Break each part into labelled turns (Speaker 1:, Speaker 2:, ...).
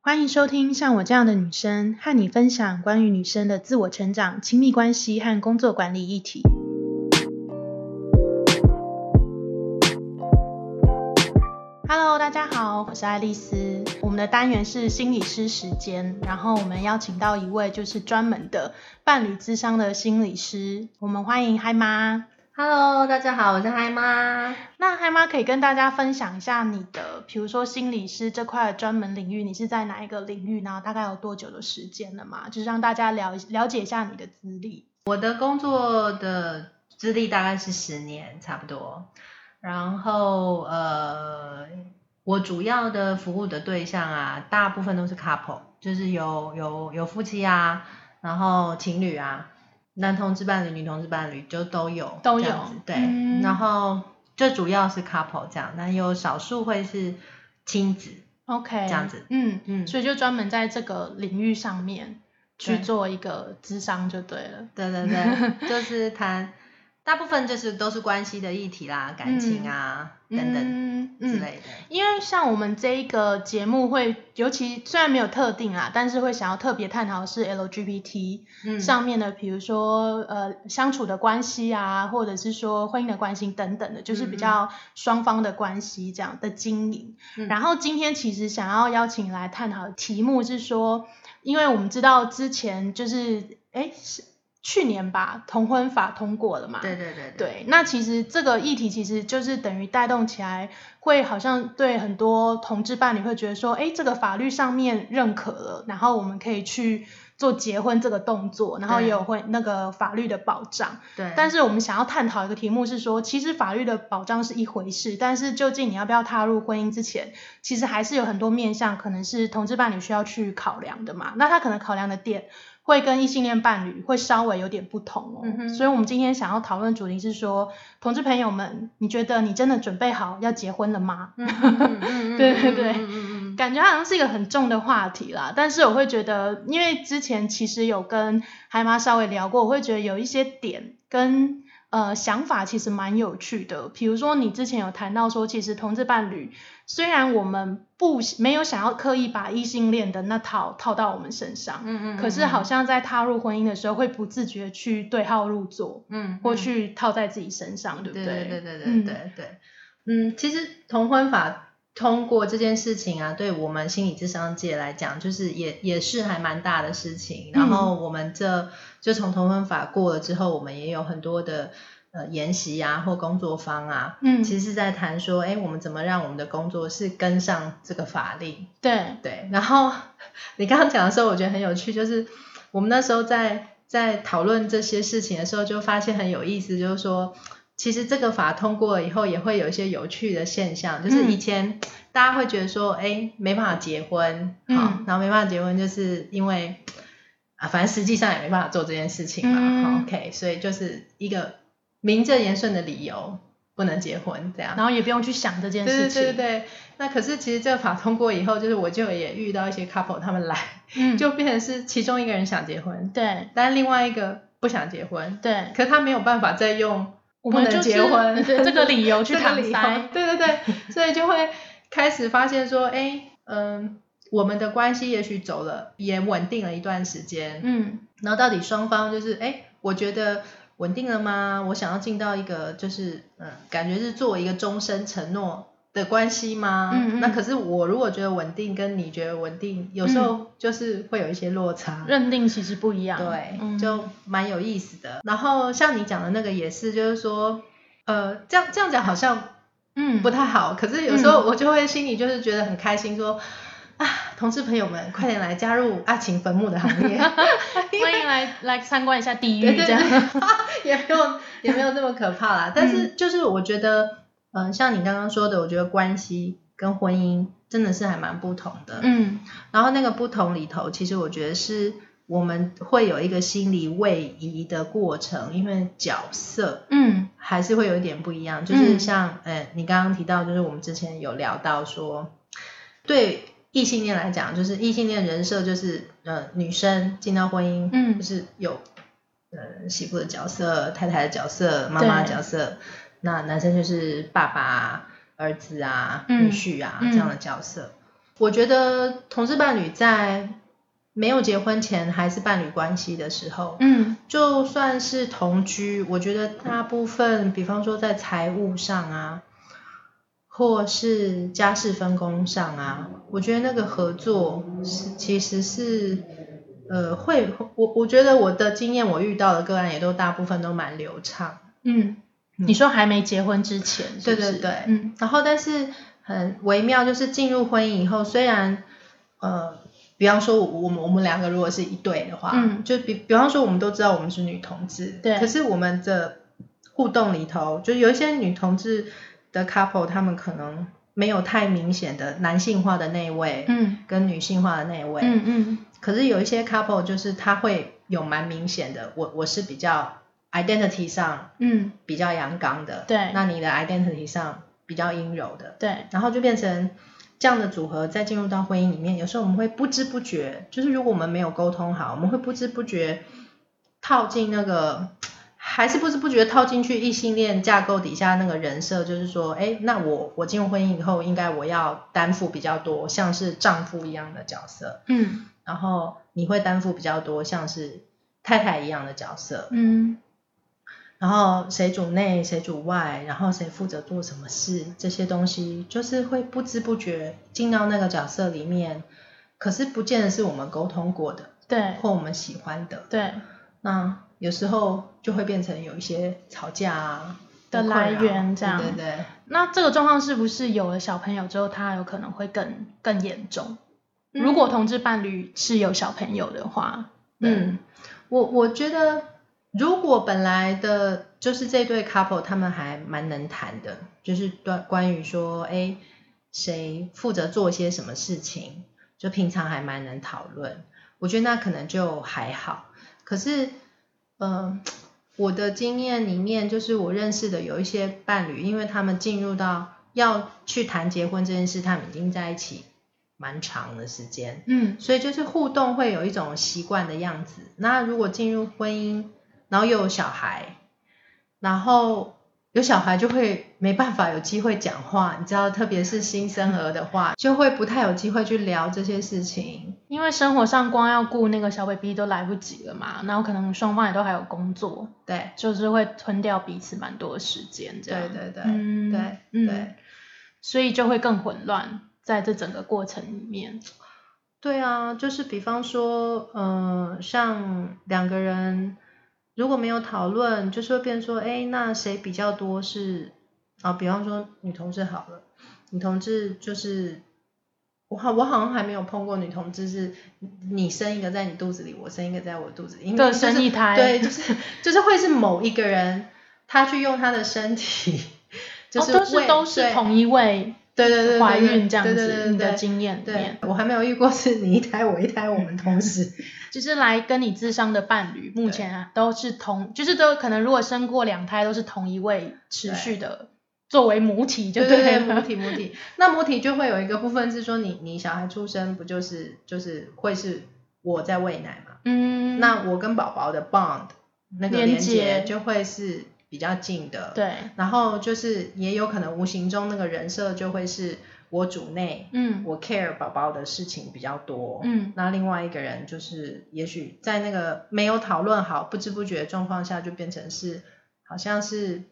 Speaker 1: 欢迎收听《像我这样的女生》，和你分享关于女生的自我成长、亲密关系和工作管理议题。Hello，大家好，我是爱丽丝。我们的单元是心理师时间，然后我们邀请到一位就是专门的伴侣智商的心理师，我们欢迎嗨妈。
Speaker 2: Hello，大家好，我是嗨妈。
Speaker 1: 那嗨妈可以跟大家分享一下你的，比如说心理师这块专门领域，你是在哪一个领域？然后大概有多久的时间了嘛？就是让大家了了解一下你的资历。
Speaker 2: 我的工作的资历大概是十年差不多，然后呃，我主要的服务的对象啊，大部分都是 couple，就是有有有夫妻啊，然后情侣啊，男同志伴侣、女同志伴侣就都有，
Speaker 1: 都有
Speaker 2: 这样子对，
Speaker 1: 嗯
Speaker 2: 然后这主要是 couple 这样，那有少数会是亲子，
Speaker 1: OK，
Speaker 2: 这样子，
Speaker 1: 嗯嗯，
Speaker 2: 嗯
Speaker 1: 所以就专门在这个领域上面去
Speaker 2: 对
Speaker 1: 做一个智商就对了。
Speaker 2: 对对对，就是谈大部分就是都是关系的议题啦，感情啊、等等
Speaker 1: 嗯
Speaker 2: 之
Speaker 1: 嗯，
Speaker 2: 类的。
Speaker 1: 因为像我们这一个节目会，尤其虽然没有特定啦，但是会想要特别探讨的是 LGBT，
Speaker 2: 嗯，
Speaker 1: 上面的，比如说呃相处的关系啊，或者是说婚姻的关系等等的，就是比较双方的关系这样的经营。
Speaker 2: 嗯
Speaker 1: 然后今天其实想要邀请来探讨的题目是说，因为我们知道之前就是哎是去年吧，同婚法通过了嘛，
Speaker 2: 对对对，
Speaker 1: 对，那其实这个议题其实就是等于带动起来，会好像对很多同志伴侣会觉得说，哎，这个法律上面认可了，然后我们可以去做结婚这个动作，然后也有会那个法律的保障。
Speaker 2: 对，
Speaker 1: 但
Speaker 2: 是
Speaker 1: 是我们想要探讨一个题目是说，其实法律的保障是一回事，但是究竟你要不要踏入婚姻之前，其实还是有很多面向，可能是同志伴侣需要去考量的
Speaker 2: 嗯
Speaker 1: 嘛。那他可能考量的点会跟异性恋伴侣会稍微有点不同哦。
Speaker 2: 嗯哼
Speaker 1: 所以我们今天想要讨论主题是说，同志朋友们，你觉得你真的准备好要结婚了吗？
Speaker 2: 嗯
Speaker 1: 对对对
Speaker 2: 嗯嗯嗯
Speaker 1: 感觉好像是一个很重的话题啦，但是我会觉得，因为之前其实有跟海妈稍微聊过，我会觉得有一些点跟呃想法其实蛮有趣的。比如说你之前有谈到说，其实同志伴侣虽然我们不没有想要刻意把异性恋的那套套到我们身上，
Speaker 2: 嗯嗯，
Speaker 1: 可是好像在踏入婚姻的时候会不自觉去对号入座，
Speaker 2: 嗯
Speaker 1: 或去套在自己身上，对不
Speaker 2: 对
Speaker 1: 对
Speaker 2: 对对对对
Speaker 1: 嗯
Speaker 2: 对对，嗯，其实同婚法通过这件事情啊，对我们心理智商界来讲，就是也也是还蛮大的事情。
Speaker 1: 嗯
Speaker 2: 然后我们这就从同婚法过了之后，我们也有很多的呃研习啊或工作坊啊，
Speaker 1: 嗯，
Speaker 2: 其实是在谈说，哎，我们怎么让我们的工作是跟上这个法令。
Speaker 1: 对，
Speaker 2: 对，然后你刚刚讲的时候，我觉得很有趣，就是我们那时候在在讨论这些事情的时候，就发现很有意思，就是说，其实这个法通过了以后，也会有一些有趣的现象，就是
Speaker 1: 嗯
Speaker 2: 以前、大家会觉得说，哎，没办法结婚，
Speaker 1: 嗯
Speaker 2: 好然后没办法结婚，就是因为啊，反正实际上也没办法做这件事情嘛、
Speaker 1: 嗯
Speaker 2: 好 o k 所以就是一个名正言顺的理由不能结婚这样
Speaker 1: 然。后也不用去想这件
Speaker 2: 对
Speaker 1: 事
Speaker 2: 对
Speaker 1: 情，
Speaker 2: 对对，那可是其实这个法通过以后，就是我就也遇到一些 couple 他们来，
Speaker 1: 嗯，
Speaker 2: 就变成是其中一个人想结婚，
Speaker 1: 对
Speaker 2: 但另外一个不想结婚，
Speaker 1: 对。
Speaker 2: 可他没有办法再用
Speaker 1: 我
Speaker 2: 不
Speaker 1: 们
Speaker 2: 能
Speaker 1: 就是
Speaker 2: 结婚
Speaker 1: 对这个理 由去
Speaker 2: 这个
Speaker 1: 搪
Speaker 2: 理由
Speaker 1: 塞，，
Speaker 2: 对对 对，所以就会开始发现说，哎，嗯，我们的关系也许走了，也稳定了一段时间，
Speaker 1: 嗯
Speaker 2: 然后到底双方就是，哎，我觉得稳定了吗？我想要进到一个就是，嗯，感觉是作为一个终身承诺的关系吗？
Speaker 1: 嗯嗯
Speaker 2: 那可是我如果觉得稳定，跟你觉得稳定，有时
Speaker 1: 嗯
Speaker 2: 候就是会有一些落差。
Speaker 1: 认定其实不一样，
Speaker 2: 对，
Speaker 1: 嗯
Speaker 2: 就蛮有意思的。然后像你讲的那个也是，就是说，呃，这样这样讲好像
Speaker 1: 嗯
Speaker 2: 不太好，可是有时候我就会心里就是觉得很开心说。啊，同事朋友们，快点来加入爱情坟墓的行列！
Speaker 1: 欢迎来来参观一下地
Speaker 2: 对
Speaker 1: 狱
Speaker 2: 对
Speaker 1: 这样，
Speaker 2: 对， 也没有也没有这么可怕啦。但是就是我觉得，嗯、像你刚刚说的，我觉得关系跟婚姻真的是还蛮不同的。
Speaker 1: 嗯
Speaker 2: 然后那个不同里头，其实我觉得是我们会有一个心理位移的过程，因为角色
Speaker 1: 嗯
Speaker 2: 还是会有一点不一样。就
Speaker 1: 嗯
Speaker 2: 是像，呃、你刚刚提到，就是我们之前有聊到说，对。异性恋来讲，就是异性恋人设就是，呃，女生进到婚姻，
Speaker 1: 嗯
Speaker 2: 就是有呃媳妇的角色、太太的角色、妈妈的
Speaker 1: 对
Speaker 2: 角色，那男生就是爸爸、儿子啊、
Speaker 1: 嗯
Speaker 2: 女婿啊、
Speaker 1: 嗯
Speaker 2: 这样的角色。我觉得同志伴侣在没有结婚前还是伴侣关系的时候，
Speaker 1: 嗯
Speaker 2: 就算是同居，我觉得大部分，比方说在财务上啊，或是家事分工上啊，我觉得那个合作是其实是呃会，我我觉得我的经验，我遇到的个案也都大部分都蛮流畅。
Speaker 1: 嗯，你说还没结婚之前是不是，
Speaker 2: 对对对
Speaker 1: 嗯
Speaker 2: 然后但是很微妙，就是进入婚姻以后，虽然呃，比方说我我们我们两个如果是一对的话，
Speaker 1: 嗯
Speaker 2: 就比比方说我们都知道我们是女同志，
Speaker 1: 对
Speaker 2: 可是我们的互动里头，就有一些女同志的 couple，他们可能没有太明显的男性化的那一位，
Speaker 1: 嗯
Speaker 2: 跟女性化的那一位，
Speaker 1: 嗯嗯
Speaker 2: 可是有一些 couple 就是他会有蛮明显的，我我是比较 identity 上
Speaker 1: 嗯，
Speaker 2: 比较阳刚的，
Speaker 1: 对
Speaker 2: 那你的 identity 上比较阴柔的，
Speaker 1: 对，
Speaker 2: 然后就变成这样的组合，再进入到婚姻里面，有时候我们会不知不觉，就是如果我们没有沟通好，我们会不知不觉套进那个，还是不知不觉套进去异性恋架构底下那个人设，就是说，哎，那我我进入婚姻以后，应该我要担负比较多，像是丈夫一样的角色，
Speaker 1: 嗯
Speaker 2: 然后你会担负比较多，像是太太一样的角色，
Speaker 1: 嗯
Speaker 2: 然后谁主内谁主外，然后谁负责做什么事，这些东西就是会不知不觉进到那个角色里面，可是不见得是我们沟通过的
Speaker 1: 对
Speaker 2: 或我们喜欢的，
Speaker 1: 对
Speaker 2: 那有时候就会变成有一些吵架啊
Speaker 1: 的
Speaker 2: 或困扰
Speaker 1: 来源这样
Speaker 2: 对对对，
Speaker 1: 那这个状况是不是有了小朋友之后，他有可能会更更严重？
Speaker 2: 嗯
Speaker 1: 如果同志伴侣是有小朋友的话，对，
Speaker 2: 嗯，我我觉得如果本来的就是这对 couple 他们还蛮能谈的，就是关关于说，哎，谁负责做些什么事情，就平常还蛮能讨论。我觉得那可能就还好。可是，嗯、我的经验里面，就是我认识的有一些伴侣，因为他们进入到要去谈结婚这件事，他们已经在一起蛮长的时间，
Speaker 1: 嗯
Speaker 2: 所以就是互动会有一种习惯的样子。那如果进入婚姻，然后又有小孩，然后有小孩就会没办法有机会讲话，你知道，特别是新生儿的话，就会不太有机会去聊这些事情。
Speaker 1: 因为生活上光要顾那个小 baby 都来不及了嘛，然后可能双方也都还有工作，
Speaker 2: 对，
Speaker 1: 就是会吞掉彼此蛮多的时间，这样。
Speaker 2: 对对对
Speaker 1: 嗯
Speaker 2: 对
Speaker 1: 嗯
Speaker 2: 对，
Speaker 1: 所以就会更混乱，在这整个过程里面。
Speaker 2: 对啊，就是比方说，嗯、像两个人如果没有讨论，就是会变说，哎，那谁比较多是啊？比方说女同志好了，女同志就是我好，我好像还没有碰过女同志是，你生一个在你肚子里，我生一个在我肚子里，因为
Speaker 1: 各
Speaker 2: 就是
Speaker 1: 生一胎
Speaker 2: 对，就是就是会是某一个人他去用他的身体， 就是
Speaker 1: 哦、都是
Speaker 2: 为
Speaker 1: 都是
Speaker 2: 对
Speaker 1: 同一位
Speaker 2: 对对对对
Speaker 1: 怀
Speaker 2: 对
Speaker 1: 孕这样
Speaker 2: 对
Speaker 1: 子，
Speaker 2: 对对对
Speaker 1: 你的
Speaker 2: 对
Speaker 1: 经验里
Speaker 2: 对
Speaker 1: 面，，
Speaker 2: 我还没有遇过是你一胎我一胎，我们同时。
Speaker 1: 就是来跟你智商的伴侣，目前啊都是同，就是都可能如果生过两胎都是同一位持续的作为母体就
Speaker 2: 对对对，
Speaker 1: 了，
Speaker 2: 母体母体，那母体就会有一个部分是说你你小孩出生不就是就是会是我在喂奶嘛？
Speaker 1: 嗯，
Speaker 2: 那我跟宝宝的 bond 那个
Speaker 1: 连
Speaker 2: 连
Speaker 1: 接
Speaker 2: 接就会是比较近的。。
Speaker 1: 对，
Speaker 2: 然后就是也有可能无形中那个人设就会是我主内，
Speaker 1: 嗯
Speaker 2: 我 care 宝宝的事情比较多。
Speaker 1: 嗯
Speaker 2: 那另外一个人就是，也许在那个没有讨论好、不知不觉的状况下，就变成是好像是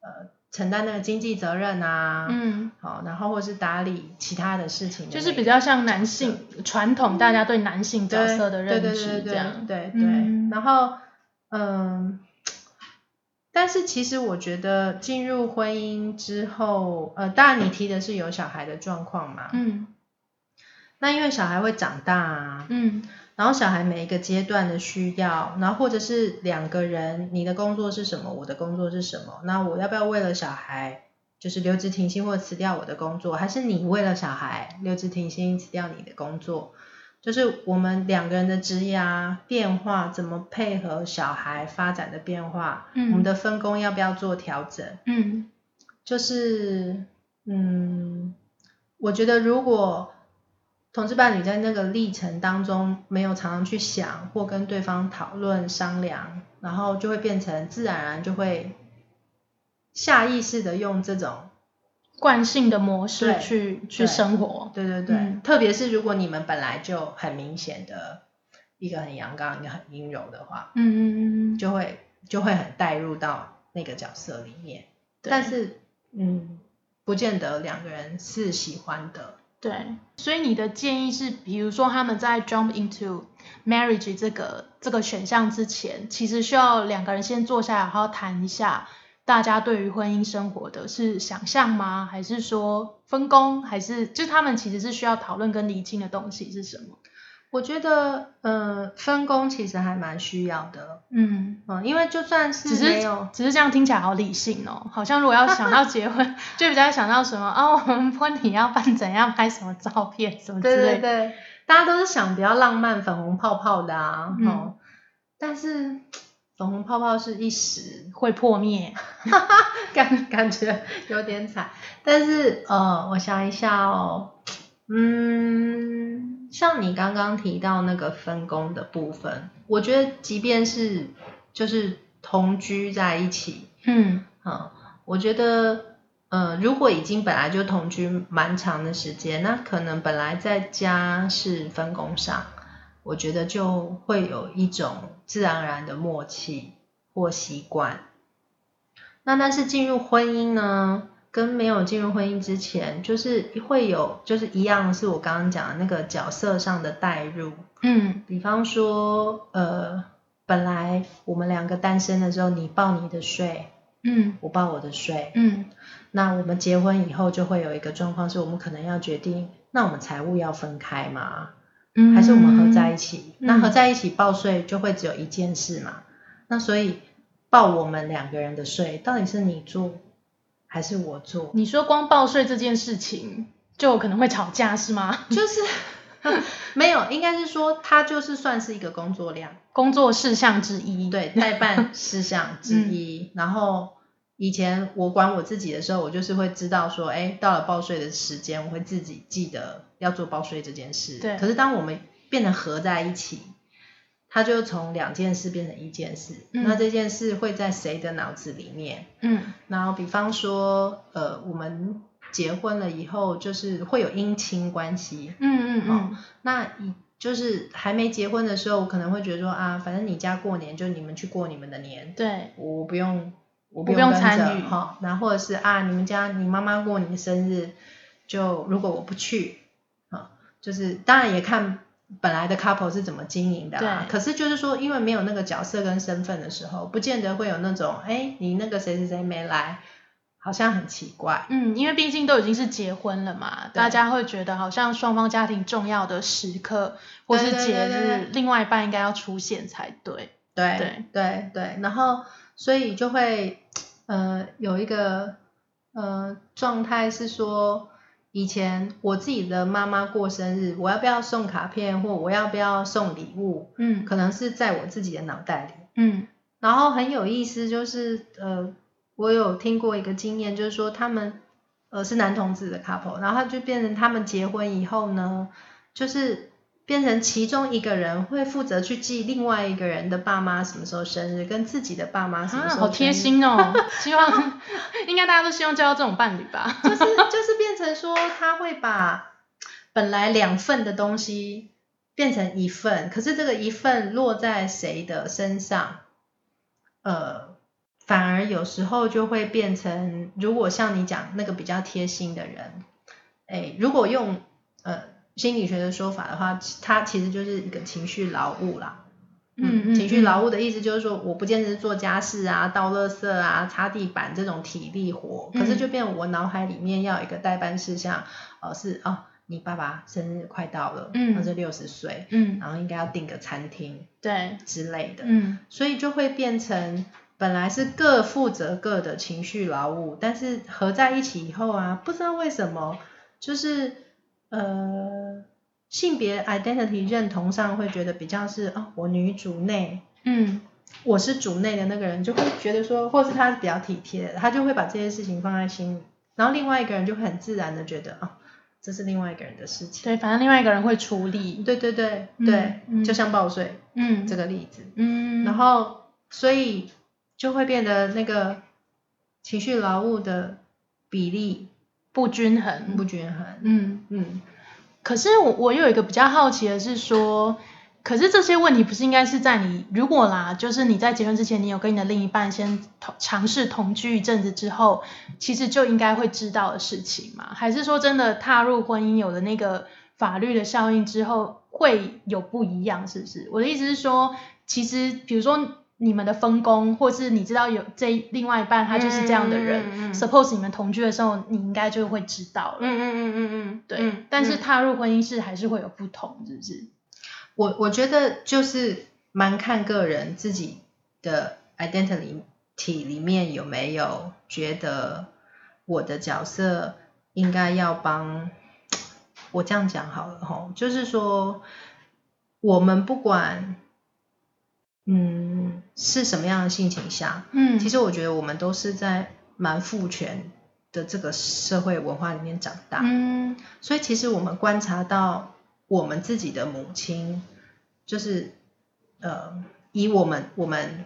Speaker 2: 呃承担那个经济责任啊，，
Speaker 1: 嗯，
Speaker 2: 好，然后或是打理其他的事情的
Speaker 1: 就
Speaker 2: 那个，
Speaker 1: 是比较像男性传统大家对男性角色的认
Speaker 2: 对
Speaker 1: 知
Speaker 2: 对对
Speaker 1: 这样，
Speaker 2: 对对对
Speaker 1: 嗯
Speaker 2: 然后嗯，但是其实我觉得进入婚姻之后，呃，当然你提的是有小孩的状况嘛，
Speaker 1: 嗯
Speaker 2: 那因为小孩会长大啊，
Speaker 1: 嗯
Speaker 2: 然后小孩每一个阶段的需要，然后或者是两个人，你的工作是什么，我的工作是什么，那我要不要为了小孩就是留职停薪或者辞掉我的工作，还是你为了小孩留职停薪辞掉你的工作？就是我们两个人的职涯变化怎么配合小孩发展的变化，
Speaker 1: 嗯
Speaker 2: 我们的分工要不要做调整？
Speaker 1: 嗯
Speaker 2: 就是，嗯，我觉得如果同志伴侣在那个历程当中没有常常去想或跟对方讨论商量，然后就会变成自然而然就会下意识的用这种
Speaker 1: 惯性的模式
Speaker 2: 对
Speaker 1: 去去
Speaker 2: 对
Speaker 1: 生活。
Speaker 2: 对对对，
Speaker 1: 嗯
Speaker 2: 特别是如果你们本来就很明显的一个很阳刚，一个很阴柔的话，
Speaker 1: 嗯嗯嗯嗯，
Speaker 2: 就会就会很带入到那个角色里面。
Speaker 1: 对
Speaker 2: 但是，嗯，不见得两个人是喜欢的。
Speaker 1: 对，所以你的建议是，比如说他们在 jump into marriage 这个这个选项之前，其实需要两个人先坐下来好好谈一下，大家对于婚姻生活的是想象吗？还是说分工？还是就他们其实是需要讨论跟厘清的东西是什么？
Speaker 2: 我觉得，呃，分工其实还蛮需要的，
Speaker 1: 嗯，
Speaker 2: 嗯，因为就算是
Speaker 1: 只是
Speaker 2: 没有，
Speaker 1: 只是这样听起来好理性哦，好像如果要想到结 婚，就比较想到什么哦，我们婚礼要办怎样，拍什么照片什么之
Speaker 2: 对
Speaker 1: 类
Speaker 2: 对
Speaker 1: 的。
Speaker 2: 对，大家都是想比较浪漫、粉红泡泡的啊，
Speaker 1: 嗯
Speaker 2: 嗯，但是粉红泡泡是一时，
Speaker 1: 会破灭，
Speaker 2: 感 感觉有点惨，但是呃，我想一下哦，嗯，像你刚刚提到那个分工的部分，我觉得即便是就是同居在一起，
Speaker 1: 嗯
Speaker 2: 嗯，我觉得呃，如果已经本来就同居蛮长的时间，那可能本来在家是分工上，我觉得就会有一种自然而然的默契或习惯。那但是进入婚姻呢，跟没有进入婚姻之前，就是会有就是一样，是我刚刚讲的那个角色上的代入。
Speaker 1: 嗯
Speaker 2: 比方说，呃，本来我们两个单身的时候，你报你的税，
Speaker 1: 嗯
Speaker 2: 我报我的税。
Speaker 1: 嗯
Speaker 2: 那我们结婚以后就会有一个状况，是我们可能要决定，那我们财务要分开吗？
Speaker 1: 嗯，
Speaker 2: 还是我们合在一起？
Speaker 1: 嗯
Speaker 2: 那合在一起报税就会只有一件事嘛？那所以报我们两个人的税，到底是你做还是我 做？
Speaker 1: 你说光报税这件事情，就有可能会吵架是吗？
Speaker 2: 就是 没有，应该是说它就是算是一个工作量。
Speaker 1: 工作事项之一。，
Speaker 2: 对， 代办事项之
Speaker 1: 嗯
Speaker 2: 一。然后以前我管我自己的时候，我就是会知道说，哎，到了报税的时间，我会自己记得要做报税这件事。
Speaker 1: 对
Speaker 2: 可是当我们变得合在一起，它就从两件事变成一件事。
Speaker 1: 嗯
Speaker 2: 那这件事会在谁的脑子里面？
Speaker 1: 嗯
Speaker 2: 然后比方说，呃，我们结婚了以后，就是会有姻亲关系。
Speaker 1: 嗯嗯嗯
Speaker 2: 那以就是还没结婚的时候，我可能会觉得说啊，反正你家过年就你们去过你们的年，
Speaker 1: 对，
Speaker 2: 我不用我
Speaker 1: 不用
Speaker 2: 跟着
Speaker 1: 参与
Speaker 2: 哈、然后或者是啊，你们家你妈妈过你的生日，就如果我不去啊、就是当然也看本来的 couple 是怎么经营的啊。
Speaker 1: 对
Speaker 2: 可是就是说，因为没有那个角色跟身份的时候，不见得会有那种哎，你那个谁谁谁没来，好像很奇怪。
Speaker 1: 嗯，因为毕竟都已经是结婚了嘛，
Speaker 2: 对
Speaker 1: 大家会觉得好像双方家庭重要的时刻或是
Speaker 2: 对对
Speaker 1: 节
Speaker 2: 对对
Speaker 1: 日，另外一半应该要出现才对。
Speaker 2: 对
Speaker 1: 对
Speaker 2: 对对，然后所以就会呃有一个呃状态是说，以前我自己的妈妈过生日，我要不要送卡片或我要不要送礼物，
Speaker 1: 嗯
Speaker 2: 可能是在我自己的脑袋里。
Speaker 1: 嗯
Speaker 2: 然后很有意思，就是呃，我有听过一个经验，就是说他们呃是男同志的 couple，然后他就变成他们结婚以后呢，就是变成其中一个人会负责去记另外一个人的爸妈什么时候生日，跟自己的爸妈什么
Speaker 1: 啊，
Speaker 2: 时候、
Speaker 1: 好贴，心 哦！希望 应该大家都希望交到这种伴侣吧。
Speaker 2: 就是就是变成说他会把本来两份的东西变成一份，可是这个一份落在谁的身上，呃，反而有时候就会变成，如果像你讲那个比较贴心的人，哎，如果用呃心理学的说法的话，其它其实就是一个情绪劳务啦。
Speaker 1: 嗯嗯
Speaker 2: 情绪
Speaker 1: 嗯
Speaker 2: 劳务的意思就是说，我不见得是做家事啊、倒垃圾啊、擦地板这种体力活，可是
Speaker 1: 嗯
Speaker 2: 就变我脑海里面要有一个代办事项，呃，是哦，你爸爸生日快到了，
Speaker 1: 嗯
Speaker 2: 他是六十岁，
Speaker 1: 嗯，
Speaker 2: 然后应该要订个餐厅
Speaker 1: 对，
Speaker 2: 之类的，
Speaker 1: 嗯
Speaker 2: 所以就会变成本来是各负责各的情绪劳务，但是合在一起以后啊，不知道为什么，就是呃性别 identity 认同上会觉得比较是哦，我女主内，
Speaker 1: 嗯
Speaker 2: 我是主内的那个人，就会觉得说，或是他是比较体贴的，他就会把这些事情放在心里，然后另外一个人就会很自然的觉得啊、这是另外一个人的事情。
Speaker 1: 对，反正另外一个人会处理。
Speaker 2: 对对对
Speaker 1: 嗯
Speaker 2: 对，
Speaker 1: 嗯
Speaker 2: 就像报税
Speaker 1: 嗯，
Speaker 2: 这个例子，
Speaker 1: 嗯，
Speaker 2: 然后所以就会变得那个情绪劳务的比例
Speaker 1: 不均衡。
Speaker 2: 不均衡。
Speaker 1: 嗯嗯。可是我我有一个比较好奇的是说，可是这些问题不是应该是在你如果啦，就是你在结婚之前，你有跟你的另一半先同尝试同居一阵子之后，其实就应该会知道的事情吗？还是说真的踏入婚姻有了那个法律的效应之后，会有不一样？是不是？我的意思是说，其实比如说。你们的分工，或是你知道有这另外一半他就是这样的人、
Speaker 2: 嗯嗯嗯
Speaker 1: s u p p o s e 你们同居的时候，你应该就会知道了。
Speaker 2: 嗯嗯嗯嗯，
Speaker 1: 对，
Speaker 2: 嗯
Speaker 1: 但是
Speaker 2: 嗯
Speaker 1: 踏入婚姻是还是会有不同，是不是？
Speaker 2: 我我觉得就是蛮看个人自己的 identity 里面有没有觉得我的角色应该要帮我这样讲好了吼，就是说我们不管嗯是什么样的性倾向，
Speaker 1: 嗯
Speaker 2: 其实我觉得我们都是在蛮父权的这个社会文化里面长大，
Speaker 1: 嗯
Speaker 2: 所以其实我们观察到我们自己的母亲，就是呃，以我们我们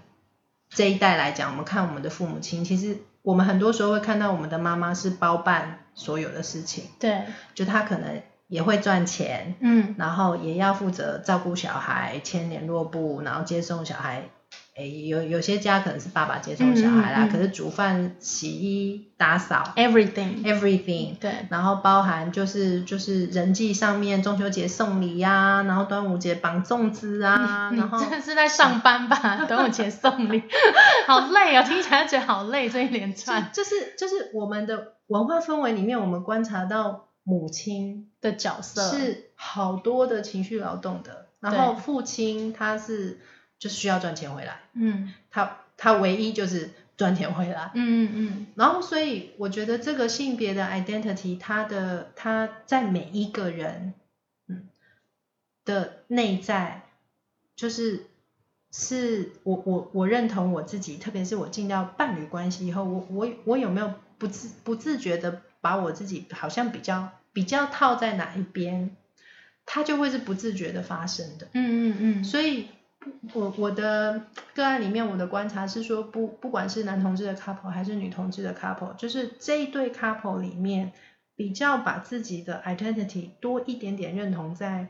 Speaker 2: 这一代来讲，我们看我们的父母亲，其实我们很多时候会看到我们的妈妈是包办所有的事情，
Speaker 1: 对，
Speaker 2: 就她可能也会赚钱，
Speaker 1: 嗯
Speaker 2: 然后也要负责照顾小孩、签联络簿，然后接送小孩。诶，有有些家可能是爸爸接送小孩啦，
Speaker 1: 嗯嗯嗯
Speaker 2: 可是煮饭、洗衣、打扫
Speaker 1: ，everything，
Speaker 2: ，everything，
Speaker 1: 对，
Speaker 2: 然后包含就是就是人际上面，中秋节送礼呀、然后端午节绑粽子啊，
Speaker 1: 嗯你
Speaker 2: 然后
Speaker 1: 真的是在上班吧？ 端午节送礼，好累哦，听起来觉得好累，这一连串
Speaker 2: 就就是就是我们的文化氛围里面，我们观察到母亲
Speaker 1: 的角色
Speaker 2: 是好多的情绪劳动的，然后父亲他是就是需要赚钱回来，
Speaker 1: 嗯
Speaker 2: 他他唯一就是赚钱回来
Speaker 1: 嗯，嗯嗯，
Speaker 2: 然后，所以我觉得这个性别的 identity，它的它在每一个人，嗯的内在，就是是我我我认同我自己，特别是我进到伴侣关系以后，我我我有没有不自不自觉的把我自己好像比较比较套在哪一边，它就会是不自觉的发生的。
Speaker 1: 嗯嗯嗯，
Speaker 2: 所以我我的个案里面，我的观察是说，不不管是男同志的 couple 还是女同志的 couple，就是这一对 couple 里面，比较把自己的 identity 多一点点认同在。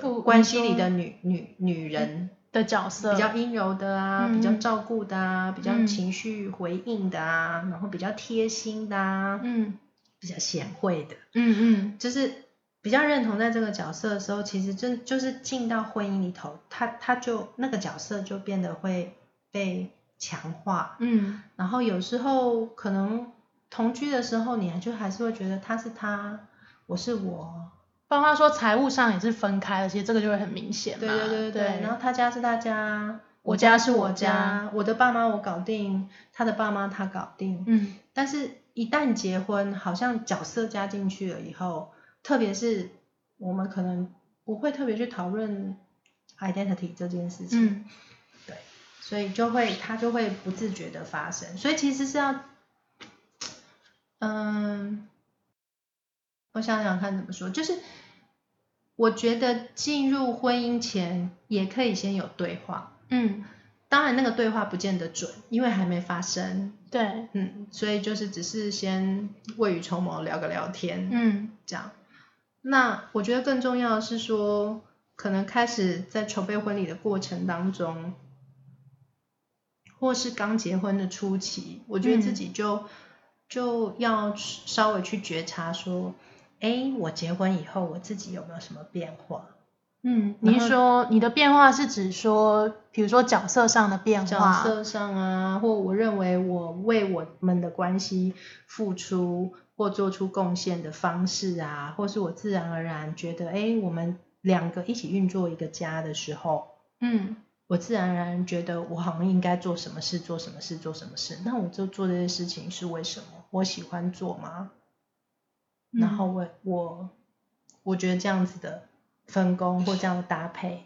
Speaker 1: 不
Speaker 2: 呃、关系
Speaker 1: 你说
Speaker 2: 里的女女女人
Speaker 1: 的角色
Speaker 2: 比较阴柔的啊，
Speaker 1: 嗯
Speaker 2: 比较照顾的啊，比较
Speaker 1: 嗯
Speaker 2: 情绪回应的啊，然后比较贴心的啊，
Speaker 1: 嗯
Speaker 2: 比较贤惠的，
Speaker 1: 嗯
Speaker 2: 就是比较认同在这个角色的时候，其实真就是进到婚姻里头，他他就那个角色就变得会被强化，
Speaker 1: 嗯
Speaker 2: 然后有时候可能同居的时候，你还就还是会觉得他是他，我是我，
Speaker 1: 包括说财务上也是分开的，其实这个就会很明显嘛。
Speaker 2: 对对对对对，然后他家是他家，
Speaker 1: 啊我
Speaker 2: 家
Speaker 1: 家是我
Speaker 2: 我
Speaker 1: 家，
Speaker 2: 我的爸妈我搞定，他的爸妈他搞定，
Speaker 1: 嗯
Speaker 2: 但是，一旦结婚，好像角色加进去了以后，特别是我们可能不会特别去讨论 identity 这件事情，
Speaker 1: 嗯
Speaker 2: 所以就会它就会不自觉的发生。所以其实是要，嗯，我想想看怎么说，就是我觉得进入婚姻前也可以先有对话，
Speaker 1: 嗯，
Speaker 2: 当然那个对话不见得准，因为还没发生，
Speaker 1: 对，
Speaker 2: 嗯，所以就是只是先未雨绸缪聊个聊天，
Speaker 1: 嗯
Speaker 2: 这样。那我觉得更重要的是说，可能开始在筹备婚礼的过程当中，或是刚结婚的初期，我觉得自己就、就要稍微去觉察说，哎，我结婚以后我自己有没有什么变化？
Speaker 1: 嗯，你是
Speaker 2: 然后
Speaker 1: 说你的变化是指说，比如说角色上的变
Speaker 2: 角
Speaker 1: 化，
Speaker 2: 色上啊，或我认为我为我们的关系付出或做出贡献的方式啊，或是我自然而然觉得，哎，我们两个一起运作一个家的时候，
Speaker 1: 嗯
Speaker 2: 我自然而然觉得我好像应该做什么事，做什么事，做什么事。那我就做这些事情是为什么？我喜欢做吗？
Speaker 1: 嗯
Speaker 2: 然后我我我觉得这样子的分工或这样的搭配，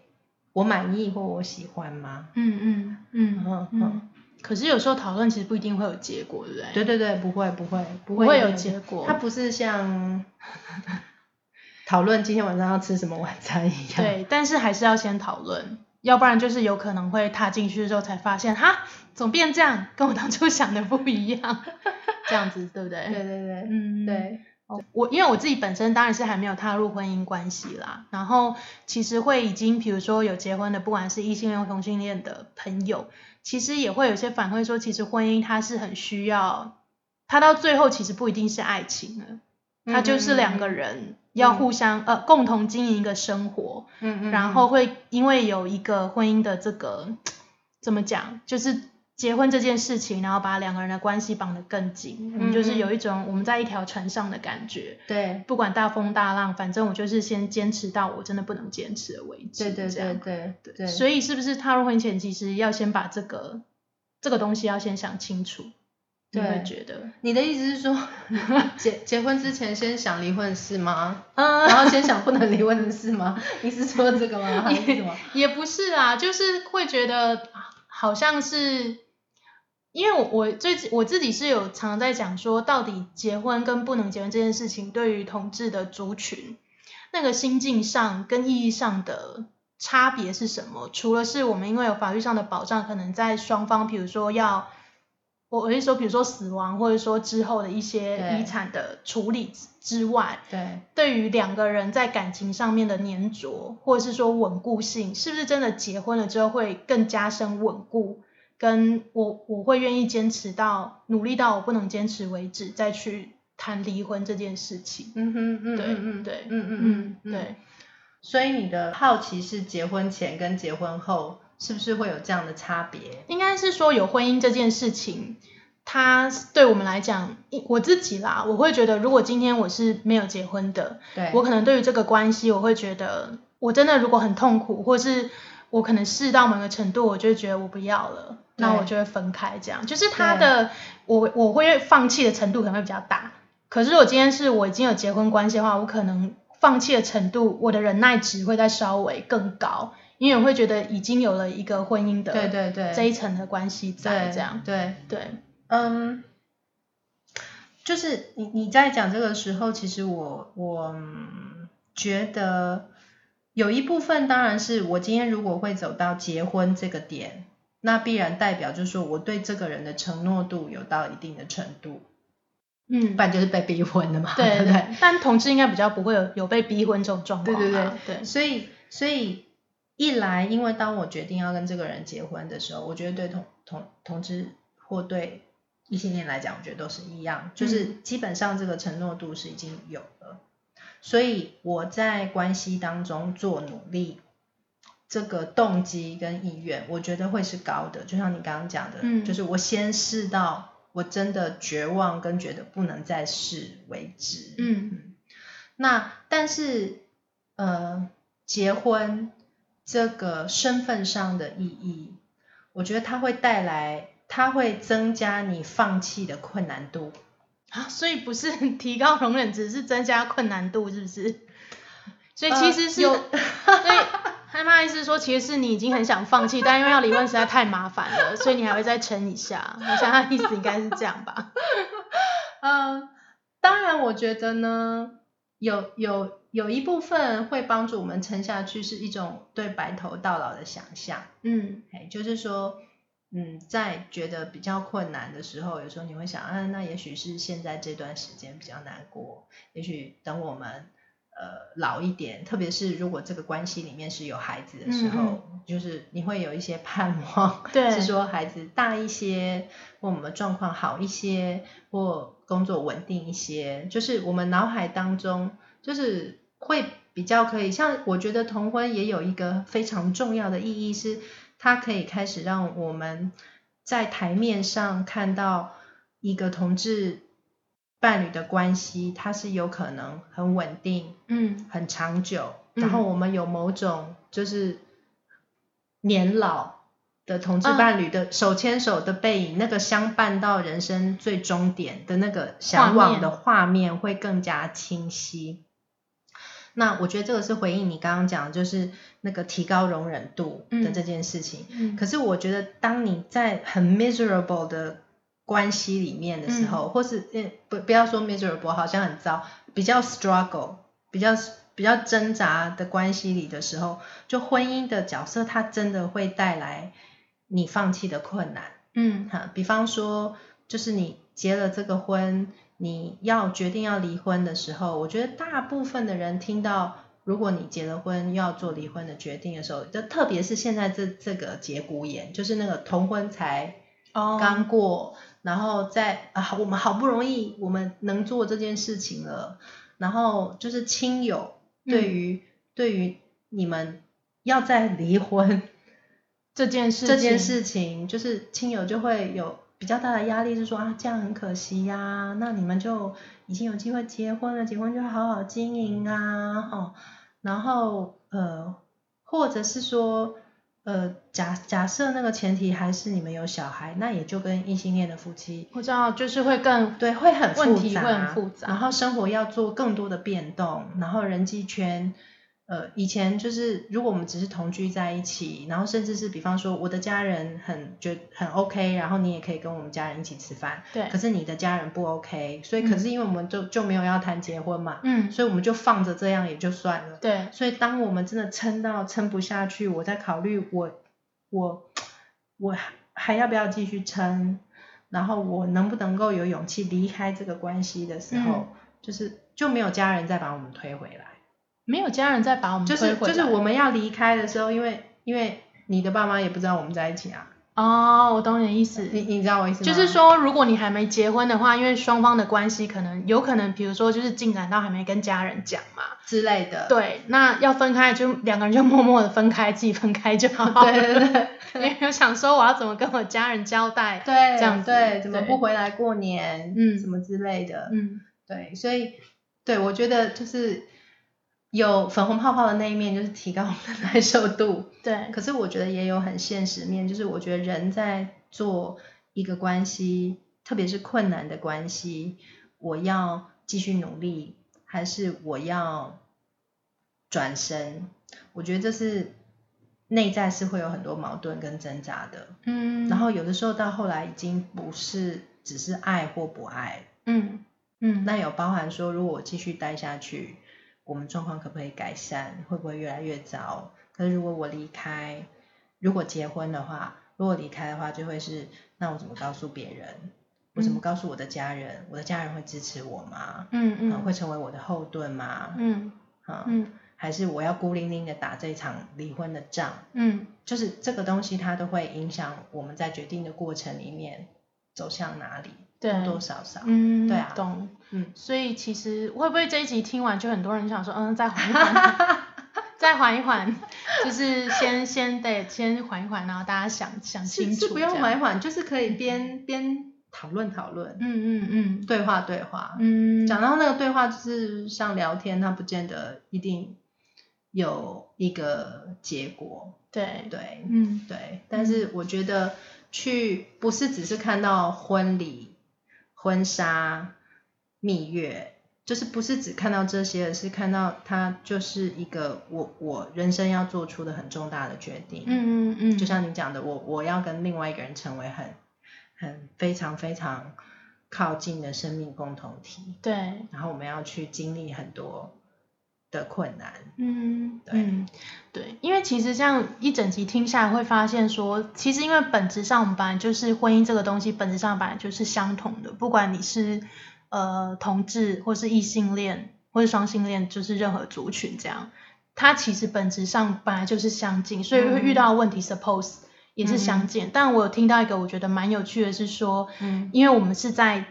Speaker 2: 我满意或我喜欢吗？
Speaker 1: 嗯嗯嗯
Speaker 2: 嗯
Speaker 1: 嗯
Speaker 2: 嗯。
Speaker 1: 可是有时候讨论其实不一定会有结果，对不对？
Speaker 2: 对，对对，不会不会不
Speaker 1: 不
Speaker 2: 会
Speaker 1: 会
Speaker 2: 因为
Speaker 1: 有结果。
Speaker 2: 它不是 像讨论今天晚上要吃什么晚餐一样。
Speaker 1: 对，但是还是要先讨论。要不然就是有可能会踏进去之后才发现，哈，怎么变这样？跟我当初想的不一样， 这样子对不对？
Speaker 2: 对对对，
Speaker 1: 嗯，
Speaker 2: 对，
Speaker 1: 哦。我因为我自己本身当然是还没有踏入婚姻关系啦，然后其实会已经比如说有结婚的，不管是异性恋或同性恋的朋友，其实也会有些反馈说，其实婚姻它是很需要，它到最后其实不一定是爱情了，它就是两个人要互相、呃共同经营一个生活，
Speaker 2: 嗯，嗯嗯，
Speaker 1: 然后会因为有一个婚姻的这个怎么讲，就是结婚这件事情，然后把两个人的关系绑得更紧，
Speaker 2: 嗯
Speaker 1: 我们就是有一种我们在一条船上的感觉，
Speaker 2: 对，
Speaker 1: 不管大风大浪，反正我就是先坚持到我真的不能坚持的为止。
Speaker 2: 对对
Speaker 1: 这
Speaker 2: 对
Speaker 1: 样
Speaker 2: 对对，
Speaker 1: 所以是不是踏入婚姻前，其实要先把这个这个东西要先想清楚？你
Speaker 2: 对
Speaker 1: 会觉得，
Speaker 2: 你的意思是 说，结结婚之前先想离婚的事吗？
Speaker 1: 嗯，
Speaker 2: 然后先想不能离婚的事吗？你是说这个 吗？还是什么？
Speaker 1: 也不是啦，就是会觉得好像是，因为我我最近我自己是有常常在讲说，到底结婚跟不能结婚这件事情，对于同志的族群那个心境上跟意义上的差别是什么？除了是我们因为有法律上的保障，可能在双方，比如说要。我我是说，比如说死亡，或者说之后的一些
Speaker 2: 对
Speaker 1: 遗产的处理之之外，
Speaker 2: 对，
Speaker 1: 对于两个人在感情上面的粘着，或者是说稳固性，是不是真的结婚了之后会更加深稳固？跟我我会愿意坚持到努力到我不能坚持为止，再去谈离婚这件事情。
Speaker 2: 嗯哼，嗯
Speaker 1: 对
Speaker 2: 嗯嗯，
Speaker 1: 对
Speaker 2: 嗯嗯嗯，
Speaker 1: 对。
Speaker 2: 所以你的好奇是结婚前跟结婚后是不是会有这样的差别？
Speaker 1: 应该是说有婚姻这件事情，它对我们来讲，一我自己啦，我会觉得如果今天我是没有结婚的，
Speaker 2: 对，
Speaker 1: 我可能对于这个关系，我会觉得我真的如果很痛苦，或是我可能试到某个程度，我就会觉得我不要了，那
Speaker 2: 对
Speaker 1: 我就会分开。这样就是他的我我会放弃的程度可能会比较大。可是如果今天是我已经有结婚关系的话，我可能放弃的程度，我的忍耐值会再稍微更高，因为我会觉得已经有了一个婚姻的
Speaker 2: 对对对，
Speaker 1: 这一层的关系在
Speaker 2: 对
Speaker 1: 这样。
Speaker 2: 对，
Speaker 1: 对，
Speaker 2: 嗯，就是你你在讲这个时候，其实我我嗯觉得有一部分当然是我今天如果会走到结婚这个点，那必然代表就是说我对这个人的承诺度有到一定的程度，
Speaker 1: 嗯
Speaker 2: 不。然就是被逼婚的嘛，
Speaker 1: 对
Speaker 2: 不
Speaker 1: 对对，但同志应该比较不会有有被逼婚这种状况、啊。
Speaker 2: 对对
Speaker 1: 对
Speaker 2: 所以，所以一来，因为当我决定要跟这个人结婚的时候，我觉得对同同同志或对异性恋来讲，我觉得都是一样，就是基本上这个承诺度是已经有了。所以我在关系当中做努力，这个动机跟意愿，我觉得会是高的。就像你刚刚讲的，
Speaker 1: 嗯
Speaker 2: 就是我先试到我真的绝望跟觉得不能再试为止。
Speaker 1: 嗯
Speaker 2: 那但是呃，结婚这个身份上的意义，我觉得它会带来，它会增加你放弃的困难度。
Speaker 1: 啊，所以不是 提高容忍值，是增加困难度，是不是？所以
Speaker 2: 呃
Speaker 1: 其实是，
Speaker 2: 有
Speaker 1: 所以害怕意思是说，其实是你已经很想放弃，但因为要离婚实在太麻烦了，所以你还会再撑一下。我想他的意思应该是这样 吧？
Speaker 2: 嗯，当然，我觉得呢，有有有一部分会帮助我们撑下去，是一种对白头到老的想象。
Speaker 1: 嗯
Speaker 2: 哎，就是说，嗯，在觉得比较困难的时候，有时候你会想，啊，那也许是现在这段时间比较难过，也许等我们呃老一点，特别是如果这个关系里面是有孩子的时候，
Speaker 1: 嗯
Speaker 2: 就是你会有一些盼望，
Speaker 1: 对
Speaker 2: 是说孩子大一些，或我们状况好一些，或工作稳定一些，就是我们脑海当中就是会比较可以，像我觉得同婚也有一个非常重要的意义是，它可以开始让我们在台面上看到一个同志伴侣的关系，它是有可能很稳定、
Speaker 1: 嗯
Speaker 2: 很长久，
Speaker 1: 嗯
Speaker 2: 然后我们有某种就是年老的同志
Speaker 1: 嗯
Speaker 2: 伴侣的手牵手的背影，那个相伴到人生最终点的那个向往的画面会更加清晰。那我觉得这个是回应你刚刚讲，就是那个提高容忍度的
Speaker 1: 嗯
Speaker 2: 这件事情。
Speaker 1: 嗯，
Speaker 2: 可是我觉得，当你在很 miserable 的关系里面的时嗯候，或是呃不不要说 miserable，好像很糟，比较 struggle，比较比较挣扎的关系里的时候，就婚姻的角色，它真的会带来你放弃的困难。
Speaker 1: 嗯
Speaker 2: 哈，比方说，就是你结了这个婚，你要决定要离婚的时候，我觉得大部分的人听到，如果你结了婚要做离婚的决定的时候，就特别是现在这这个节骨眼，就是那个同婚才
Speaker 1: 哦
Speaker 2: 刚过，然后在啊，我们好不容易我们能做这件事情了，然后就是亲友对于、对于你们要再离婚。
Speaker 1: 这件事
Speaker 2: 这件
Speaker 1: 情
Speaker 2: 事情，就是亲友就会有比较大的压力，是说啊，这样很可惜呀、那你们就已经有机会结婚了，结婚就好好经营啊，哦，然后呃，或者是说呃，假假设那个前提还是你们有小孩，那也就跟异性恋的夫妻。
Speaker 1: 我知道，就是会更
Speaker 2: 对，会很复杂，
Speaker 1: 问题会很复杂
Speaker 2: 然后生活要做更多的变动，然后人际圈，呃，以前就是如果我们只是同居在一起，然后甚至是比方说我的家人很觉很 OK，然后你也可以跟我们家人一起吃饭，
Speaker 1: 对
Speaker 2: 可，是你的家人不 OK，所以
Speaker 1: 嗯
Speaker 2: 可是因为我们就就没有要谈结婚嘛，
Speaker 1: 嗯，
Speaker 2: 所以我们就放着这样也就算了。
Speaker 1: 对，
Speaker 2: 所以当我们真的撑到撑不下去，我在考虑我我我还还要不要继续撑，然后我能不能够有勇气离开这个关系的时候，
Speaker 1: 嗯
Speaker 2: 就是就没有家人再把我们推回来，
Speaker 1: 没有家人再把我们
Speaker 2: 就
Speaker 1: 推
Speaker 2: 是
Speaker 1: 回
Speaker 2: 就是
Speaker 1: 来
Speaker 2: 我们要离开的时候，因为因为你的爸妈也不知道我们在一起啊，
Speaker 1: 哦，我懂你的意思。
Speaker 2: 你你知道我意思吗？
Speaker 1: 就是说，如果你还没结婚的话，因为双方的关系可能有可能，比如说就是进展到还没跟家人讲嘛，
Speaker 2: 之类的，
Speaker 1: 对，那要分开就两个人就默默的分开，自己分开就好了。
Speaker 2: 对 对对。
Speaker 1: 因为我想说我要怎么跟我家人交代。
Speaker 2: 对，
Speaker 1: 这样子
Speaker 2: 对，怎么
Speaker 1: 对
Speaker 2: 不回来过年，
Speaker 1: 嗯
Speaker 2: 什么之类的，
Speaker 1: 嗯，
Speaker 2: 对，所以对我觉得就是有粉红泡泡的那一面，就是提高我们的耐受度。
Speaker 1: 对，
Speaker 2: 可是我觉得也有很现实面，就是我觉得人在做一个关系，特别是困难的关系，我要继续努力，还是我要转身？我觉得这是内在是会有很多矛盾跟挣扎的。
Speaker 1: 嗯，
Speaker 2: 然后有的时候到后来已经不是只是爱或不爱，
Speaker 1: 嗯嗯，
Speaker 2: 那有包含说，如果我继续待下去，我们状况可不可以改善？会不会越来越糟？可是如果我离开，如果结婚的话，如果离开的话，就会是那我怎么告诉别人？我怎么
Speaker 1: 嗯
Speaker 2: 告诉我的家人？我的家人会支持我吗？
Speaker 1: 嗯
Speaker 2: 嗯，
Speaker 1: 嗯
Speaker 2: 会成为我的后盾吗？
Speaker 1: 嗯
Speaker 2: 啊、
Speaker 1: 嗯
Speaker 2: 还是我要孤零零的打这场离婚的仗？
Speaker 1: 嗯
Speaker 2: 就是这个东西，它都会影响我们在决定的过程里面走向哪里，
Speaker 1: 对
Speaker 2: 多多少少。
Speaker 1: 嗯，
Speaker 2: 对啊
Speaker 1: 懂。
Speaker 2: 嗯
Speaker 1: 所以其实会不会这一集听完就很多人想说，嗯，再缓一缓，再缓一缓，就是先先得先缓一缓，然后大家想想清
Speaker 2: 是
Speaker 1: 楚，
Speaker 2: 是不用
Speaker 1: 这样
Speaker 2: 买缓，就是可以边边讨论讨论，
Speaker 1: 嗯嗯
Speaker 2: 对话对话。
Speaker 1: 嗯嗯，
Speaker 2: 讲到那个对话，就是像聊天，它不见得一定有一个结果，
Speaker 1: 对，
Speaker 2: 对
Speaker 1: 嗯
Speaker 2: 对。但是我觉得去不是只是看到婚礼、婚纱、蜜月。就是不是只看到这些，而是看到它就是一个我我人生要做出的很重大的决定。
Speaker 1: 嗯嗯嗯，
Speaker 2: 就像你讲的，我我要跟另外一个人成为很很非常非常靠近的生命共同体，
Speaker 1: 对，
Speaker 2: 然后我们要去经历很多的困难。
Speaker 1: 嗯，
Speaker 2: 对
Speaker 1: 嗯，对，因为其实这样一整集听下来，会发现说，其实因为本质上我们本来就是婚姻这个东西，本质上本来就是相同的，不管你是呃同志或是异性恋或是双性恋，就是任何族群这样，它其实本质上本来就是相近，所以会
Speaker 2: 嗯
Speaker 1: 遇到的问题，suppose 也是相近。但我有听到一个我觉得蛮有趣的是说，
Speaker 2: 嗯
Speaker 1: 因为我们是在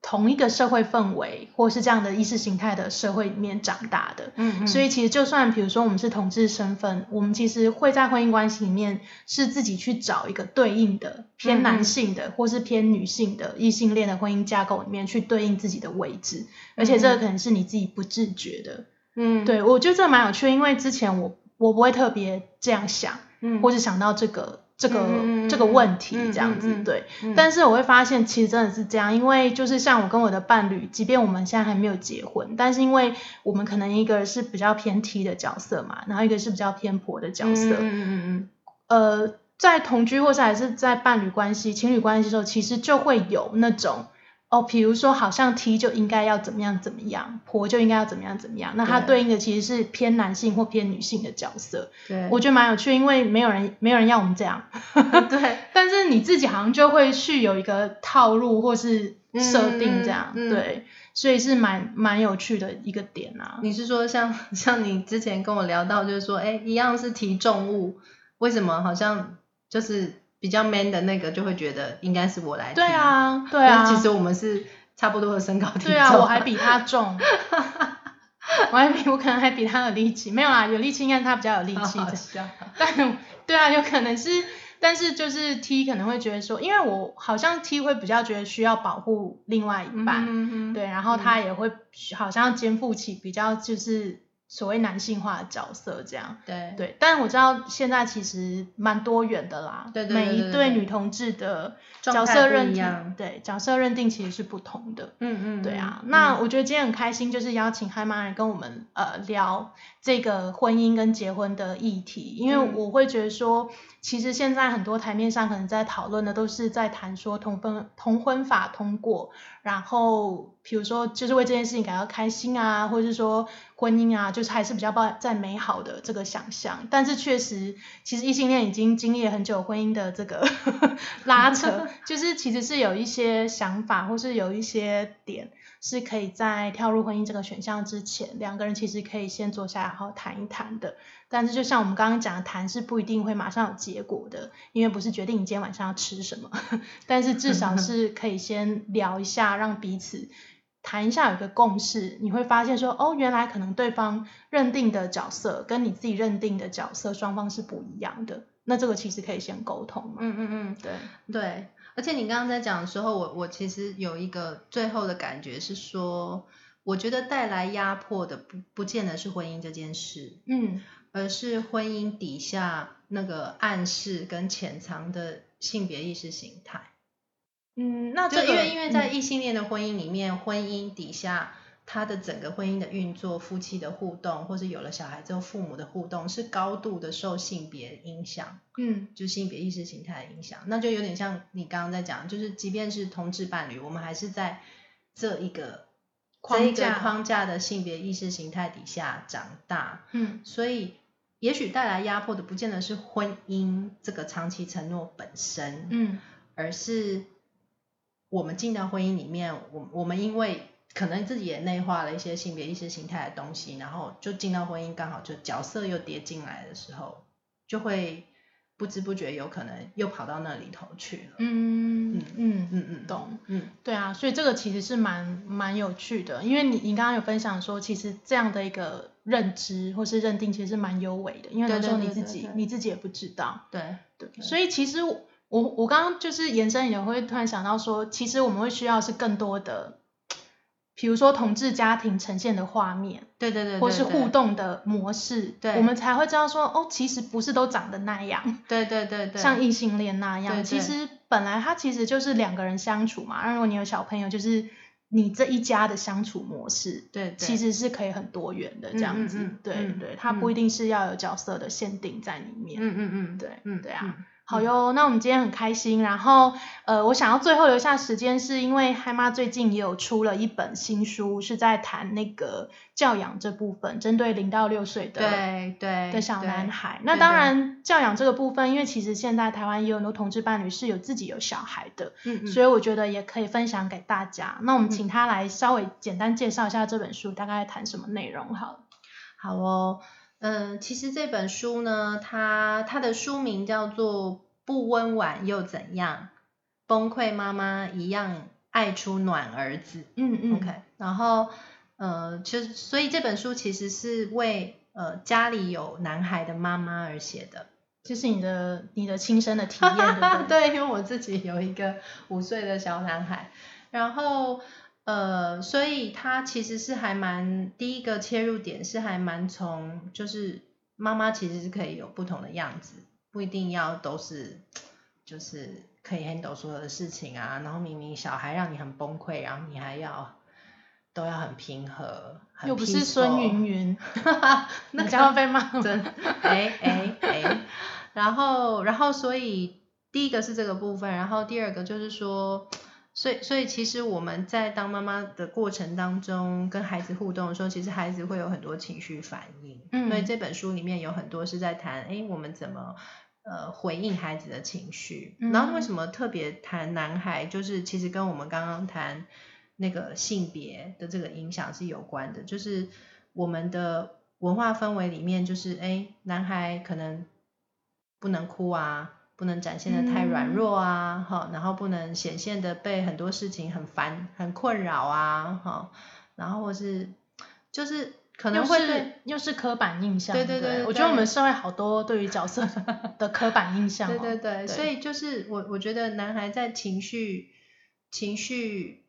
Speaker 1: 同一个社会氛围或是这样的意识形态的社会里面长大的，
Speaker 2: 嗯
Speaker 1: 所以其实就算比如说我们是同志身份，我们其实会在婚姻关系里面是自己去找一个对应的偏男性
Speaker 2: 嗯
Speaker 1: 的、或是偏女性的异性恋的婚姻架构里面去对应自己的位置，而且这个可能是你自己不自觉的。
Speaker 2: 嗯，
Speaker 1: 对我觉得这蛮有趣，因为之前我我不会特别这样想，
Speaker 2: 嗯
Speaker 1: 或是想到这个这个、
Speaker 2: 嗯嗯嗯
Speaker 1: 这个问题这样子，
Speaker 2: 嗯嗯嗯
Speaker 1: 对。但
Speaker 2: 是
Speaker 1: 是我会发现，其实真的是这样，因为就是像我跟我的伴侣，即便我们现在还没有结婚，但是因为我们可能一个是比较偏 T 的角色嘛，然后一个是比较偏婆的角色，
Speaker 2: 嗯嗯
Speaker 1: 呃，在同居或者还是在伴侣关系、情侣关系的时候，其实就会有那种哦，比如说好像 T 就应该要怎么样怎么样，婆就应该要怎么样怎么样，那它
Speaker 2: 对
Speaker 1: 对应的其实是偏男性或偏女性的角色，
Speaker 2: 对，
Speaker 1: 我觉得蛮有趣，因为没有人没有人要我们这样，
Speaker 2: 对
Speaker 1: 但是你自己好像就会去有一个套路或是设定这样，
Speaker 2: 嗯嗯嗯嗯
Speaker 1: 对，所以是蛮蛮有趣的一个点啊。
Speaker 2: 你是说像像你之前跟我聊到，就是说，哎，一样是提重物，为什么好像就是比较 man 的那个就会觉得应该是我来提？
Speaker 1: 对，啊，对
Speaker 2: 但
Speaker 1: 啊，
Speaker 2: 是其实我们是差不多的身高体重，
Speaker 1: 对啊，我还比他 重，我还比我可能还比他有力气，没有啦，有力气应该他比较有力
Speaker 2: 好
Speaker 1: 气
Speaker 2: 好
Speaker 1: 这样
Speaker 2: 笑
Speaker 1: 但对啊，有可能是，但是就是 T 可能会觉得说，因为我好像 T 会比较觉得需要保护另外一半，
Speaker 2: 嗯
Speaker 1: 对，然后他也会好像肩负起比较就是所谓男性化的角色这样。
Speaker 2: 对
Speaker 1: 对，但我知道现在其实蛮多元的啦，
Speaker 2: 对对对
Speaker 1: 每一对
Speaker 2: 对对
Speaker 1: 女同志的
Speaker 2: 状
Speaker 1: 角
Speaker 2: 态
Speaker 1: 色
Speaker 2: 不
Speaker 1: 认
Speaker 2: 一
Speaker 1: 定
Speaker 2: 样，
Speaker 1: 对角色认定其实是不同的。
Speaker 2: 嗯嗯，
Speaker 1: 对啊，
Speaker 2: 嗯
Speaker 1: 那我觉得今天很开心，就是邀请嗨妈来跟我们呃聊这个婚姻跟结婚的议题，因为
Speaker 2: 嗯
Speaker 1: 我会觉得说，其实现在很多台面上可能在讨论的都是在谈说同婚同婚法通过，然后比如说就是为这件事情感到开心啊，或者是说婚姻啊，就是还是比较抱在美好的这个想象，但是确实，其实异性恋已经经历了很久婚姻的这个 拉扯，就是其实是有一些想法或是有一些点。是可以在跳入婚姻这个选项之前，两个人其实可以先坐下来好好谈一谈的。但是就像我们刚刚讲的，谈是不一定会马上有结果的，因为不是决定你今天晚上要吃什么， 但是至少是可以先聊一下，让彼此。谈一下有一个共识，你会发现说，哦，原来可能对方认定的角色跟你自己认定的角色双方是不一样的，那这个其实可以先沟通嘛。
Speaker 2: 嗯嗯嗯，
Speaker 1: 对，
Speaker 2: 对，而且你刚刚在讲的时候，我我其实有一个最后的感觉是说，我觉得带来压迫的不不见得是婚姻这件事，
Speaker 1: 嗯，
Speaker 2: 而是婚姻底下那个暗示跟潜藏的性别意识形态。
Speaker 1: 嗯，那
Speaker 2: 就
Speaker 1: 这
Speaker 2: 因
Speaker 1: 个
Speaker 2: 为因为在
Speaker 1: 嗯
Speaker 2: 异性恋的婚姻里面，婚姻底下它的整个婚姻的运作、夫妻的互动，或是有了小孩之后父母的互动，是高度的受性别影响。
Speaker 1: 嗯
Speaker 2: 就性别意识形态的影响，那就有点像你刚刚在讲，就是即便是同志伴侣，我们还是在这一个
Speaker 1: 框
Speaker 2: 这一个
Speaker 1: 架
Speaker 2: 框架的性别意识形态底下长大，
Speaker 1: 嗯
Speaker 2: 所以也许带来压迫的不见得是婚姻这个长期承诺本身，
Speaker 1: 嗯
Speaker 2: 而是我们进到婚姻里面，我我们因为可能自己也内化了一些性别意识形态的东西，然后就进到婚姻，刚好就角色又叠进来的时候，就会不知不觉有可能又跑到那里头去了。
Speaker 1: 嗯嗯
Speaker 2: 嗯嗯，
Speaker 1: 懂。
Speaker 2: 嗯
Speaker 1: 对啊，所以这个其实是蛮蛮有趣的，因为你你刚刚有分享说，其实这样的一个认知或是认定，其实是蛮优美的，因为
Speaker 2: 对
Speaker 1: 有时候
Speaker 2: 对
Speaker 1: 你
Speaker 2: 对
Speaker 1: 自
Speaker 2: 对
Speaker 1: 己
Speaker 2: 对
Speaker 1: 你自己也不知道，
Speaker 2: 对
Speaker 1: 对，所以其实我我我刚刚就是延伸，也会突然想到说，其实我们会需要是更多的，比如说同志家庭呈现的画面，
Speaker 2: 对对对，
Speaker 1: 或是
Speaker 2: 对
Speaker 1: 互，动的模式，
Speaker 2: 对
Speaker 1: 我们才会知道说，哦，其实不是都长得那样，
Speaker 2: 对对对对，
Speaker 1: 像异性恋那样，
Speaker 2: 对对
Speaker 1: 其实本来它其实就是两个人相处嘛。那如果你有小朋友，就是你这一家的相处模式，
Speaker 2: 对对
Speaker 1: 其实是可以很多元的这样子。
Speaker 2: 嗯嗯嗯
Speaker 1: 对、
Speaker 2: 嗯
Speaker 1: 对，它不一定是要有角色的限定在里面。
Speaker 2: 嗯嗯嗯，
Speaker 1: 对
Speaker 2: 嗯
Speaker 1: 对啊。
Speaker 2: 嗯
Speaker 1: 好哟，那我们今天很开心。然后，呃，我想要最后留下时间，是因为嗨妈最近也有出了一本新书，是在谈那个教养这部分，针对零到六岁的
Speaker 2: 对对
Speaker 1: 的小
Speaker 2: 对
Speaker 1: 男孩。那
Speaker 2: 对
Speaker 1: 当
Speaker 2: 对
Speaker 1: 然，教养这个部分，因为其实现在台湾也有很多同志伴侣是有自己有小孩的，
Speaker 2: 嗯嗯，嗯
Speaker 1: 所以我觉得也可以分享给大家。那我们请他来稍微简单介绍一下这本书大概谈什么内容好了。
Speaker 2: 好哦，嗯，其实这本书呢，它它的书名叫做《不温婉又怎样》，崩溃妈妈一样爱出暖儿子。
Speaker 1: 嗯嗯
Speaker 2: OK，然后呃，就所以这本书其实是为呃家里有男孩的妈妈而写的。
Speaker 1: 这是你的你的亲身的体验， 对不对？
Speaker 2: 对，因为我自己有一个五岁的小男孩，然后呃，所以他其实是还蛮第一个切入点是还蛮从就是妈妈其实是可以有不同的样子，不一定要都是就是可以 handle 所有的事情啊，然后明明小孩让你很崩溃，然后你还要都要很平和，很
Speaker 1: 又不是孙云云，
Speaker 2: peaceful，
Speaker 1: 那
Speaker 2: 那
Speaker 1: 将会被骂。
Speaker 2: 真哎哎哎，然后然后所以第一个是这个部分，然后第二个就是说，所以，所以其实我们在当妈妈的过程当中，跟孩子互动的时候，其实孩子会有很多情绪反应。
Speaker 1: 嗯
Speaker 2: 所以这本书里面有很多是在谈，哎，我们怎么呃回应孩子的情绪。
Speaker 1: 嗯
Speaker 2: 然后为什么特别谈男孩，就是其实跟我们刚刚谈那个性别的这个影响是有关的，就是我们的文化氛围里面，就是哎，男孩可能不能哭啊。不能展现的太
Speaker 1: 嗯
Speaker 2: 软弱啊，哈、然后不能显现的被很多事情很烦、很困扰啊，哈，然后或是就是可能
Speaker 1: 又
Speaker 2: 会对
Speaker 1: 是又是刻板印象，
Speaker 2: 对对
Speaker 1: 对
Speaker 2: 对对
Speaker 1: 我觉
Speaker 2: 对
Speaker 1: 得我们社会好多对于角色 的刻板印象、哦，
Speaker 2: 对对
Speaker 1: 对
Speaker 2: 对，所以就是我我觉得男孩在情绪情绪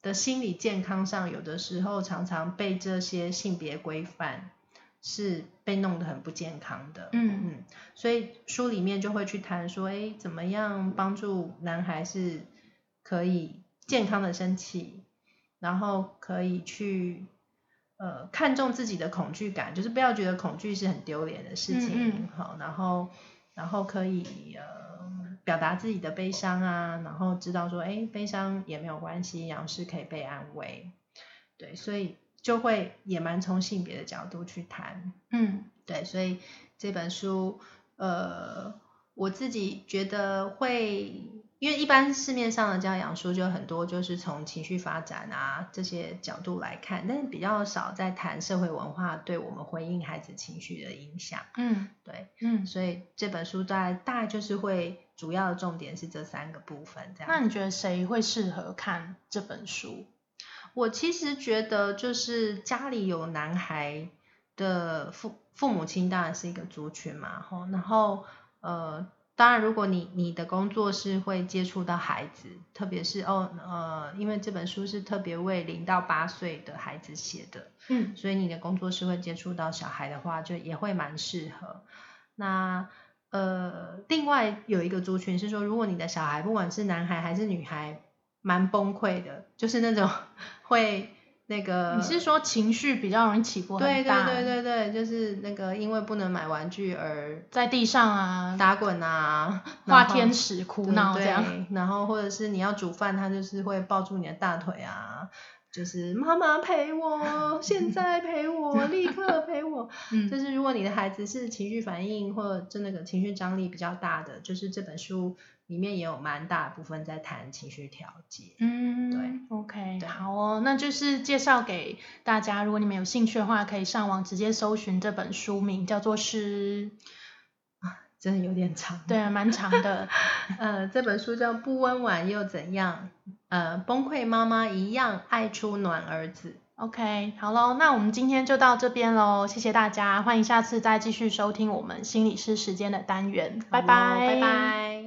Speaker 2: 的心理健康上，有的时候常常被这些性别规范是被弄得很不健康的。
Speaker 1: 嗯
Speaker 2: 嗯，所以书里面就会去谈说，哎，怎么样帮助男孩是可以健康的生气，然后可以去。呃，看重自己的恐惧感，就是不要觉得恐惧是很丢脸的事情，
Speaker 1: 嗯嗯
Speaker 2: 好，然后然后可以呃表达自己的悲伤啊，然后知道说，哎，悲伤也没有关系，然后是可以被安慰，对，所以就会也蛮从性别的角度去谈，
Speaker 1: 嗯
Speaker 2: 对，所以这本书呃我自己觉得会。因为一般市面上的教养书就很多，就是从情绪发展啊这些角度来看，但是比较少在谈社会文化对我们回应孩子情绪的影响。
Speaker 1: 嗯
Speaker 2: 对，
Speaker 1: 嗯。
Speaker 2: 所以这本书大概大概就是会主要的重点是这三个部分这样。
Speaker 1: 那你觉得谁会适合看这本书？
Speaker 2: 我其实觉得就是家里有男孩的父父母亲当然是一个族群嘛，吼，然后呃，当然如果你你的工作是会接触到孩子，特别是哦呃，因为这本书是特别为零到八岁的孩子写的，
Speaker 1: 嗯
Speaker 2: 所以你的工作是会接触到小孩的话，就也会蛮适合。那呃，另外有一个族群是说，如果你的小孩不管是男孩还是女孩，蛮崩溃的，就是那种会那个
Speaker 1: 呃你是说情绪比较容易起伏
Speaker 2: 对
Speaker 1: 很
Speaker 2: 对
Speaker 1: 大，
Speaker 2: 对对对，就是那个因为不能买玩具而
Speaker 1: 在地上啊，
Speaker 2: 打滚啊，
Speaker 1: 画
Speaker 2: 然后
Speaker 1: 天使哭
Speaker 2: 对
Speaker 1: 闹这
Speaker 2: 对
Speaker 1: 样，
Speaker 2: 然后或者是你要煮饭，他就是会抱住你的大腿啊，就是妈妈陪我，现在陪我，立刻陪我。就
Speaker 1: 嗯
Speaker 2: 是如果你的孩子是情绪反应或者那个情绪张力比较大的，就是这本书里面也有蛮大部分在谈情绪调节。
Speaker 1: 嗯，对，OK，
Speaker 2: 对
Speaker 1: 好哦，那就是介绍给大家，如果你们有兴趣的话，可以上网直接搜寻这本书名，叫做是，
Speaker 2: 真的有点长，
Speaker 1: 对啊，蛮长的，
Speaker 2: 呃，这本书叫《不温婉又怎样》，呃，崩溃妈妈一样爱出暖儿子。
Speaker 1: OK，好喽，那我们今天就到这边喽，谢谢大家，欢迎下次再继续收听我们心理师时间的单元，拜
Speaker 2: 好咯
Speaker 1: 拜，
Speaker 2: 拜。拜。